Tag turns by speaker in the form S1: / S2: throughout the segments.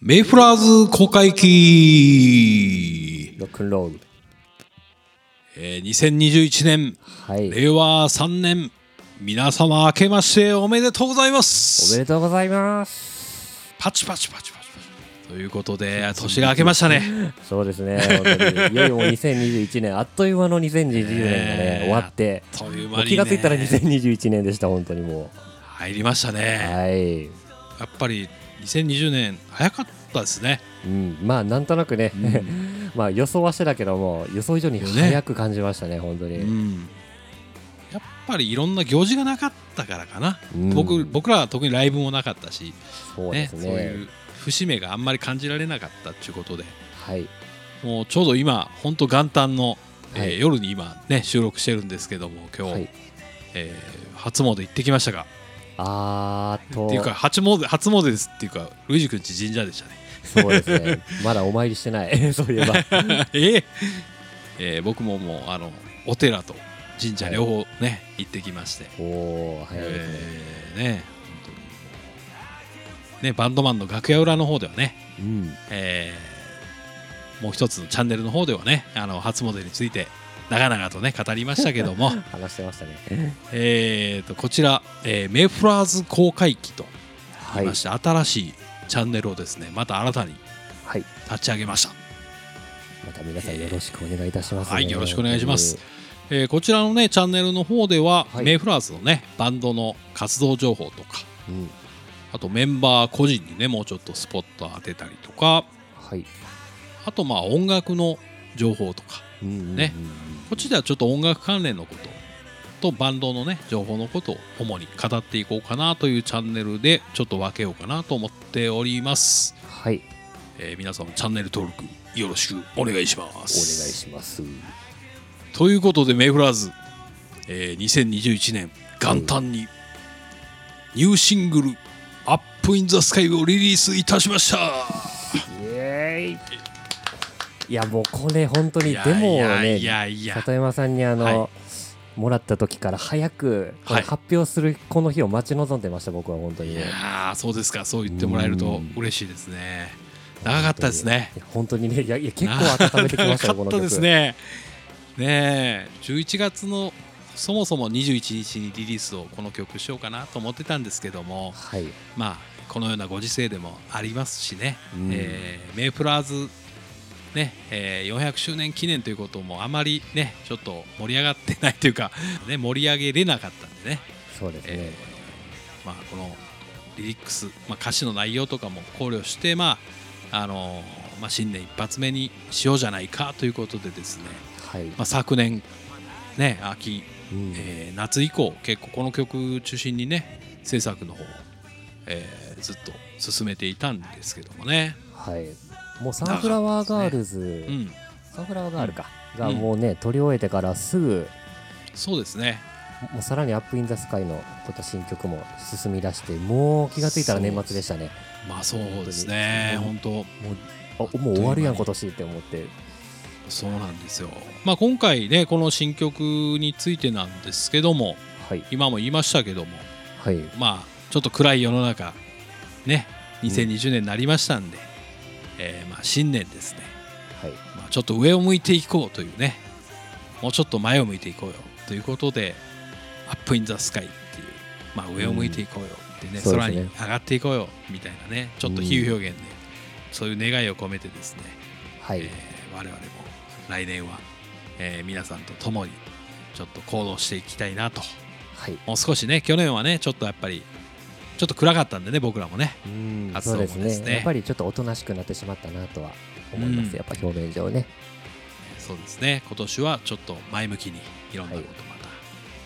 S1: メイフラーズ公開期、
S2: ロックンロール。
S1: えー、2021年、
S2: はい。
S1: 令和3年、皆様明けましておめでとうございま
S2: お
S1: す
S2: めでとうございます。
S1: パチパチパチパチパチ。ということで、年が明けましたね。
S2: そうですね。本当にいよいよもう2021年、あっという間の2020年がね
S1: え、ー
S2: 終わって、
S1: という
S2: も
S1: 間
S2: う
S1: に、ね、
S2: 気がついたら2021年でした、本当にも
S1: 入りました
S2: う。
S1: ね。
S2: はい。
S1: やっぱり2020年、早かったですね。
S2: うん、まあ、なんとなくね、 まあ予想はしてたけども、予想以上に早く感じましたね、本当
S1: う
S2: に。
S1: ん、やっぱりいろんな行事がなかったからかな。
S2: うん
S1: 僕僕らは特にライブもなかったし、
S2: そうです
S1: そうい
S2: ね。
S1: う節目があんまり感じられなかったっていうことで
S2: はい。
S1: もうちょうど今本当元旦の、えー
S2: はい
S1: 夜に今ね収録してるんですけども今日、
S2: はい
S1: えー初詣行ってきましたが
S2: あーっ
S1: っていうか
S2: と、
S1: 初詣初詣ですっていうかルイージ君ち神社でしたね
S2: そうですね。まだお参りしてない、 そういえば。
S1: えーえー僕ももうあのお寺と神社両方ね、行ってきまして、
S2: おー、早いですね。
S1: えーね本当にねバンドマンの楽屋裏の方ではね
S2: うん。
S1: えーもう一つのチャンネルの方ではねあの初詣について長々とね語りましたけども
S2: 話してましたね。
S1: えーとこちら、えーメイフラーズ公開期と
S2: は
S1: 言い
S2: い
S1: ま。して、新しいチャンネルをですねまた新たに
S2: はい。
S1: 立ち上げました、
S2: また皆さんよろしくお願いいたします、
S1: はいよろしくお願いします。えーこちらのねチャンネルの方では、
S2: はい
S1: メイフラーズのねバンドの活動情報とか
S2: うん、
S1: あとメンバー個人にねもうちょっとスポット当てたりとか
S2: はい。
S1: あとまあ音楽の情報とか
S2: うんうんうん
S1: ねこっちではちょっと音楽関連のこととバンドのね情報のことを主に語っていこうかなというチャンネルでちょっと分けようかなと思っております、
S2: はい。
S1: えー皆さんもチャンネル登録よろしくお願いしま
S2: お願い
S1: す
S2: します。
S1: ということでメイフラーズ、えー2021年元旦にニューシングル「アップインザスカイをリリースいたしました
S2: いや、もうこれ本当
S1: い
S2: に、で
S1: や
S2: も
S1: いやい
S2: ね、
S1: やいや
S2: 里山さんにあの、
S1: は
S2: もらった時から早く、こ
S1: は
S2: れ
S1: い
S2: 発表するこの日を待ち望んでました、僕は本当
S1: い
S2: にね。
S1: やーそうですかそう言ってもらえると嬉しいですね長かったですね
S2: いや本当にね、いや、いや結構温めてき ましたよ、
S1: 長かっ
S2: この
S1: た
S2: 曲。
S1: ですね。ねえ、11月のそもそも21日にリリースをこの曲しようかなと思ってたんですけども、
S2: はい。
S1: まあこのようなご時世でもありますしね、
S2: うん
S1: えーメイプラーズね、えー400周年記念ということもあまりねちょっと盛り上がってないというか、ね、盛り上げれなかったんでね、
S2: そうですね。
S1: えーまあ、このリリックス、まあ、歌詞の内容とかも考慮して、まああのーまあ、新年一発目にしようじゃないかということでですね、
S2: はい。
S1: まあ、昨年、ね、秋、
S2: うん
S1: えー夏以降結構この曲中心にね制作の方を、えーずっと進めていたんですけどもね、
S2: はい。もうサンフラワーガールズ
S1: う、ん、
S2: サンフラワーガールか、
S1: ん
S2: がもうね、取り終えてからすぐ
S1: そうですね
S2: もうさらに「アップインザスカイのこた新曲も進み出してもう気がついたら年末でしたね
S1: まあそうですね本
S2: 本
S1: 当
S2: あもう終わるやん今年って思って
S1: そうなんですよ、まあ、今回ねこの新曲についてなんですけども
S2: はい
S1: 今も言いましたけども
S2: はい
S1: まあちょっと暗い世の中ね2020年になりましたんで、えーまあ新年ですね、
S2: はい
S1: まあ、ちょっと上を向いていこうというねもうちょっと前を向いていこうよということで「アップインザスカイっていう、まあ、上を向いていこうよってね,、
S2: そうです
S1: 空
S2: ね
S1: に上がっていこうよみたいなねちょっと比喩表現で、そういう願いを込めてですね、
S2: はい、
S1: えー我々も来年は、えー皆さんと共にちょっと行動していきたいなと
S2: はい
S1: もう少しね去年はねちょっとやっぱりちょっと暗かったんでね僕らもね
S2: うん
S1: 発
S2: そう
S1: 想も
S2: で
S1: ですす
S2: ね
S1: ね
S2: やっぱりちょっとおとなしくなってしまったなとは思います、
S1: うん
S2: やっぱ表面上ね
S1: そうですね今年はちょっと前向きにいろんなことまた、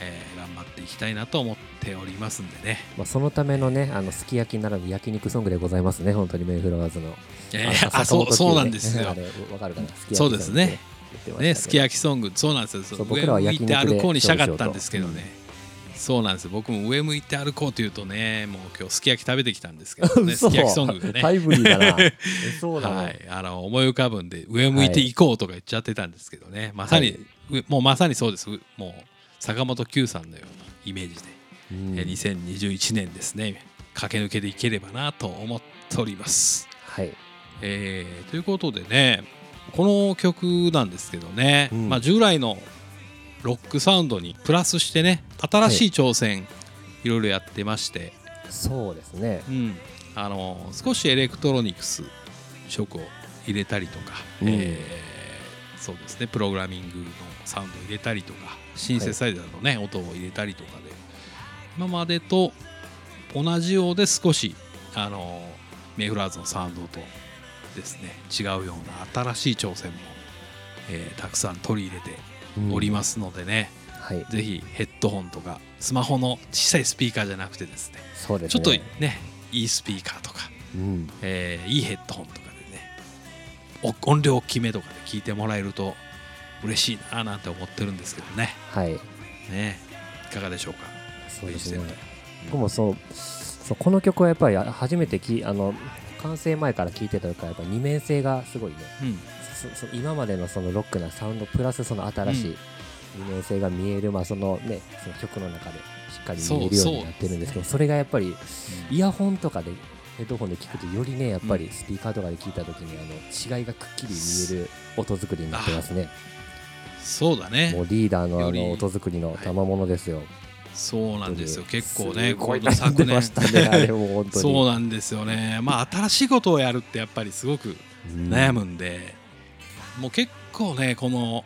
S1: えー頑張っていきたいなと思っておりますんでね、
S2: まあ、そのためのねあのすき焼きならぬ焼肉ソングでございますね本当にメイフラワーズの
S1: えー
S2: の
S1: あそう
S2: 坂
S1: そう
S2: 本九
S1: なんです
S2: あ
S1: よ、
S2: れわかるかな
S1: そうですねねすき
S2: 焼
S1: 焼きソングそうなんですよ
S2: そう
S1: 上
S2: 僕らは
S1: 向い
S2: 焼肉
S1: て
S2: で
S1: 歩こうにしたかったんですけどね、そうなんですよ僕も上向いて歩こうというとねもう今日すき焼き食べてきたんですけど
S2: き
S1: ねすき焼きソングがね
S2: タイムリー だなえそうだな、
S1: はい、あの思い浮かぶんで上向いていこうとか言っちゃってたんですけどね、まさに、うもうまさにそうですうもう坂本九さんのようなイメージで、
S2: うん
S1: えー2021年ですね駆け抜けていければなと思っております
S2: はい
S1: えーということでねこの曲なんですけどね、
S2: うん
S1: まあ、従来のロックサウンドにプラスしてね新しい挑戦、い、ろいろやってまして、
S2: そうですね
S1: うんあの少しエレクトロニクス色を入れたりとか、
S2: うん
S1: えーそうですねプログラミングのサウンドを入れたりとかシンセサイザーのね、音を入れたりとかで今までと同じようで少しあのメイフラーズのサウンドとですね違うような新しい挑戦も、えーたくさん取り入れておりますすのでね、
S2: はい
S1: ぜひヘッドホンとかスマホの小さいスピーカーじゃなくてですね
S2: そうです
S1: ちょ
S2: ね
S1: っとね、いいスピーカーとか、
S2: うん
S1: えーいいヘッドホンとかでね、お音量大きめとかで聞いてもらえると嬉しいななんて思ってるんですけどね。
S2: はい
S1: ねいかがでしょうか。
S2: そうですね
S1: プレイして
S2: 僕もそうそうこの曲はやっぱり初めてきあの完成前から聴いてたからやっぱ二面性がすごいね
S1: うん、
S2: そそ今までのそのロックなサウンドプラスその新しい二面性が見える、まあそのねその曲の中でしっかり見えるようになってるんですけどそれがやっぱりイヤホンとかでヘッドホンで聞くとよりねやっぱりスピーカーとかで聞いた時にあの違いがくっきり見える音作りになってますね
S1: そうだ
S2: も
S1: ね。
S2: うリーダーのあ
S1: より
S2: の音作りの賜物ですよ、
S1: そうなんですよ。結構ね、
S2: すごい
S1: この
S2: 悩んでましたねあれも本当に
S1: そうなんですよね。まあ新しいことをやるってやっぱりすごく
S2: うん
S1: 悩むんで、もう結構ねこの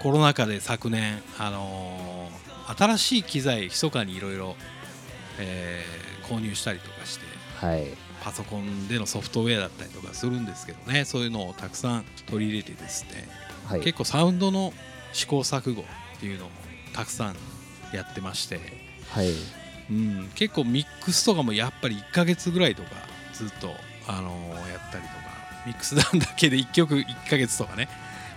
S1: コロナ禍で昨年、あのー新しい機材密かにいろいろえー購入したりとかして
S2: はい
S1: パソコンでのソフトウェアだったりとかするんですけどねそういうのをたくさん取り入れてですね、
S2: はい
S1: 結構サウンドの試行錯誤っていうのをたくさんやってまして、
S2: はい
S1: うん、結構ミックスとかもやっぱり1ヶ月ぐらいとかずっと、あのーやったりとかミックスダウンだけで1曲1ヶ月とかね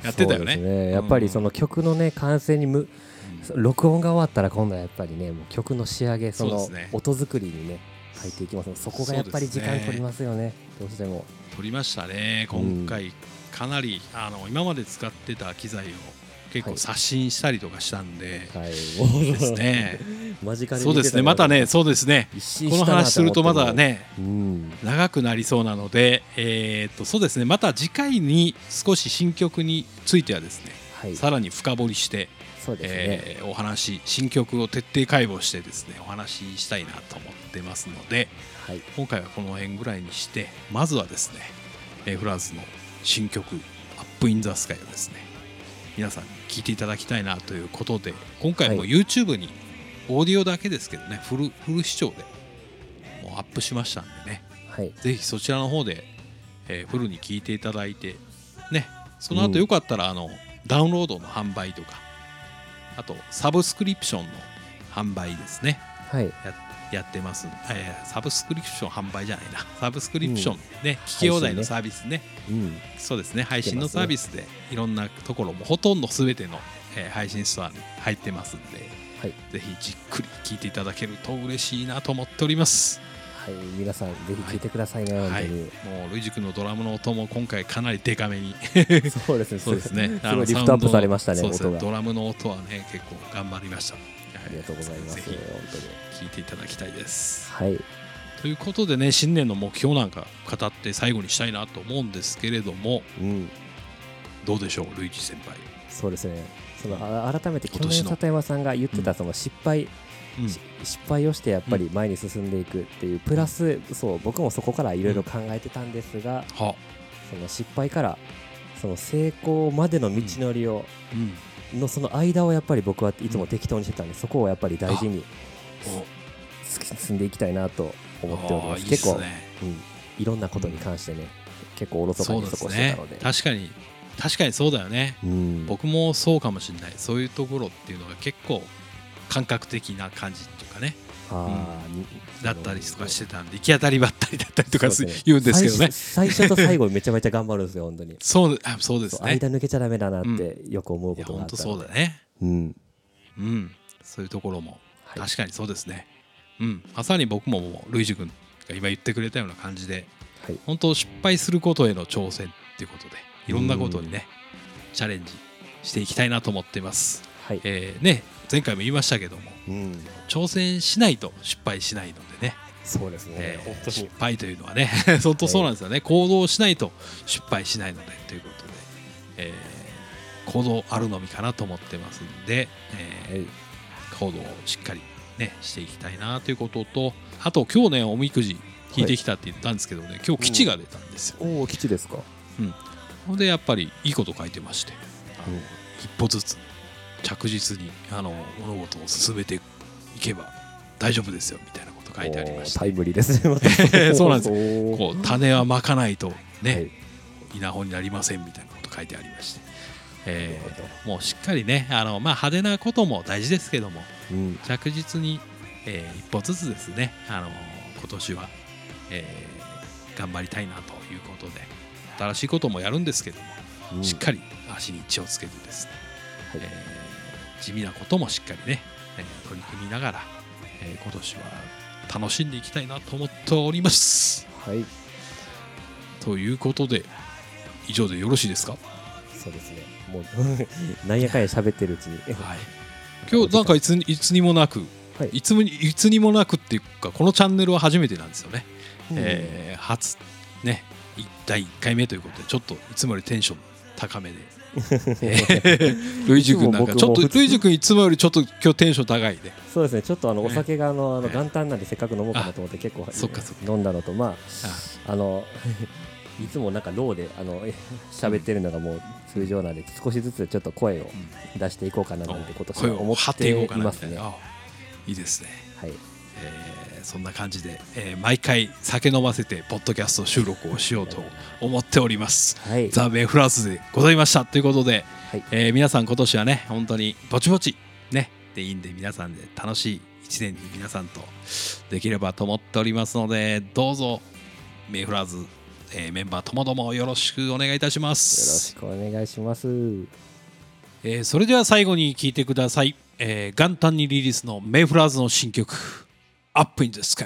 S1: やってたよね
S2: そうですやっぱりその曲のね完成にむ
S1: うん
S2: 録音が終わったら今度はやっぱりねもう曲の仕上げそ
S1: そ
S2: の
S1: うですね
S2: 音作りにね入っていきますのでそこがやっぱり時間取りますよねどうしても
S1: 撮りましたね今回かなり、あの今まで使ってた機材を結構
S2: はい
S1: 刷新したりとかしたんで、
S2: はい
S1: です ね
S2: 間近で見てた
S1: そうですねまたねそうですね
S2: 一新
S1: この
S2: したな
S1: 話する
S2: 思って
S1: と
S2: も
S1: まだね
S2: うん
S1: 長くなりそうなので、えーっとそうですねまた次回に少し新曲についてはですね、
S2: はい
S1: さらに深掘りして
S2: そうですね
S1: えーお話新曲を徹底解剖してですねお話ししたいなと思ってますので
S2: はい
S1: 今回はこの辺ぐらいにしてまずはですね、えーフランスの新曲「アップ・イン・ザ・スカイ」をですね皆さんに聴いていただきたいなということで今回も
S2: は
S1: YouTube にオーディオだけですけどねフルフル視聴でもうアップしましたんでね
S2: はい
S1: ぜひそちらの方で、えーフルに聴いていただいてねその後よかったら、あのダウンロードの販売とかあとサブスクリプションの販売ですね
S2: はい
S1: ややってます、えーサブスクリプション販売じゃないなサブスクリプションね、聞き放題のサービスね
S2: うん
S1: そうですね配信のサービスでいろんなところもほとんど全ての、えー配信ストアに入ってますんで
S2: はい
S1: ぜひじっくり聞いていただけると嬉しいなと思っております
S2: はい皆さんぜひ聞いてくださいね本
S1: は
S2: 当
S1: い、
S2: に
S1: もうルイジ君のドラムの音も今回かなりデカめに
S2: そうですね
S1: そうです ね
S2: すごいリフトアップされましたね
S1: そうです
S2: 音
S1: ね
S2: が
S1: ドラムの音はね結構頑張りました、はい
S2: ありがとうございます
S1: ぜ
S2: 本当に
S1: ひ聞いていただきたいです
S2: はい
S1: ということでね新年の目標なんか語って最後にしたいなと思うんですけれども
S2: うん
S1: どうでしょうルイジ先輩、
S2: そうですね。そのあ改めて去
S1: 今年
S2: 年
S1: の
S2: 里山さんが言って
S1: う
S2: た
S1: ん
S2: その失敗、
S1: うん
S2: し失敗をしてやっぱり前に進んでいくっていうプラスそう僕もそこからいろいろ考えてたんですが、
S1: は、
S2: その失敗からその成功までの道のりを、
S1: うん、
S2: のその間をやっぱり僕はいつも適当にしてたんでそこをやっぱり大事に突き進んでいきたいなと思っており
S1: あ
S2: ま
S1: ー
S2: す。
S1: いいっ
S2: 結
S1: す
S2: 構
S1: ね
S2: うんいろんなことに関してね、結構おろそか
S1: そう
S2: に
S1: で
S2: そ
S1: す
S2: こして
S1: ね
S2: たので。
S1: 確かに確かにそうだよね
S2: うん
S1: 僕もそうかもしれないそういうところっていうのが結構感覚的な感じっていうかね
S2: あーに
S1: だったりとかしてたんで行き当たりばったりだったりとか
S2: そうですね
S1: 言うんですけどね
S2: 最初最初と最後めちゃめちゃ頑張るんですよ、本当に。
S1: そうあそうで
S2: そう
S1: すね
S2: 間抜けちゃダメだなってよく思う
S1: い
S2: こ
S1: や
S2: とがあ
S1: 本
S2: っ
S1: 当
S2: た
S1: そ
S2: の
S1: う
S2: で
S1: だね
S2: うん
S1: うんそういうところも
S2: はい
S1: 確かにそうですねうんまさに僕ももうルイージ君が今言ってくれたような感じで
S2: はい
S1: 本当失敗することへの挑戦っていうことでいろんなことにねチャレンジしていきたいなと思っています
S2: はい
S1: えーね前回も言いましたけども
S2: うん
S1: 挑戦しないと失敗しないのでね
S2: そうですね、
S1: えー
S2: 本当に
S1: 失敗というのはね 本当そうなんですよね、行動しないと失敗しないのでということで、えー行動あるのみかなと思ってますんで、えー
S2: はい
S1: 行動をしっかり、ね、していきたいなということとあと今日ねおみくじ引いてきたって言ったんですけどね、今日吉が出たんですよ、
S2: おお基地ですか、
S1: ほんでやっぱりいいこと書いてましてあの、一歩ずつ着実にあの物事を進めていけば大丈夫ですよみたいなこと書いてありまし
S2: おータイ
S1: て
S2: ムリーで すね、また
S1: そうなんです
S2: おー
S1: こう種はまかないとね、
S2: はい
S1: 稲穂になりませんみたいなこと書いてありまして、えーもうしっかりねあの、まあ、派手なことも大事ですけども
S2: うん、
S1: 着実に、えー一歩ずつですね、あの今年は、えー頑張りたいなということで新しいこともやるんですけども、
S2: うん
S1: しっかり足に血をつけてですね、
S2: はい
S1: えー地味なこともしっかりね、えー取り組みながら、えー今年は楽しんでいきたいなと思っております。
S2: はい
S1: ということで以上でよろしいですか
S2: そうですねもう なんやかんや喋ってるうちに
S1: はい、今日なんかいつにいつにもなく、
S2: はい
S1: い、つもにいつにもなくっていうかこのチャンネルは初めてなんですよね、
S2: うん
S1: えー初ねい第1回目ということでちょっといつもよりテンション高 めでえールイジ君なんか
S2: いつ
S1: ち
S2: も
S1: ょっ
S2: 僕も
S1: とルイジ君いつもよりちょっと今日テンション高いで、
S2: そうですねちょっとあの
S1: ね
S2: お酒があのあの
S1: ね
S2: 元旦なんでせっかく飲もうかなと思って結構
S1: そっかそっ
S2: 飲んだのとまああの いつもなんかローであの 喋ってるのがもう通常なんで少しずつちょっと声を出していこうかななんて今年
S1: 声
S2: は
S1: を
S2: 思
S1: 張っ
S2: ってて
S1: いこうかな
S2: い
S1: み
S2: ま
S1: た
S2: す
S1: い
S2: ね
S1: な、
S2: は
S1: あいいですね、
S2: い
S1: えーそんな感じで、えー毎回酒飲ませてポッドキャスト収録をしようと思っております
S2: はい
S1: ザ・ベイ・フランスでございましたということで、
S2: はい
S1: えー皆さん今年はね本当にぼちぼちねでいいんで皆さんで楽しい一年に皆さんとできればと思っておりますのでどうぞメイフラーズ、えーメンバーともどもよろしくお願いいたしま
S2: よろ
S1: す
S2: しくお願いします
S1: えーそれでは最後に聞いてください、えー元旦にリリースのメイフラーズの新曲「Up in the Sky」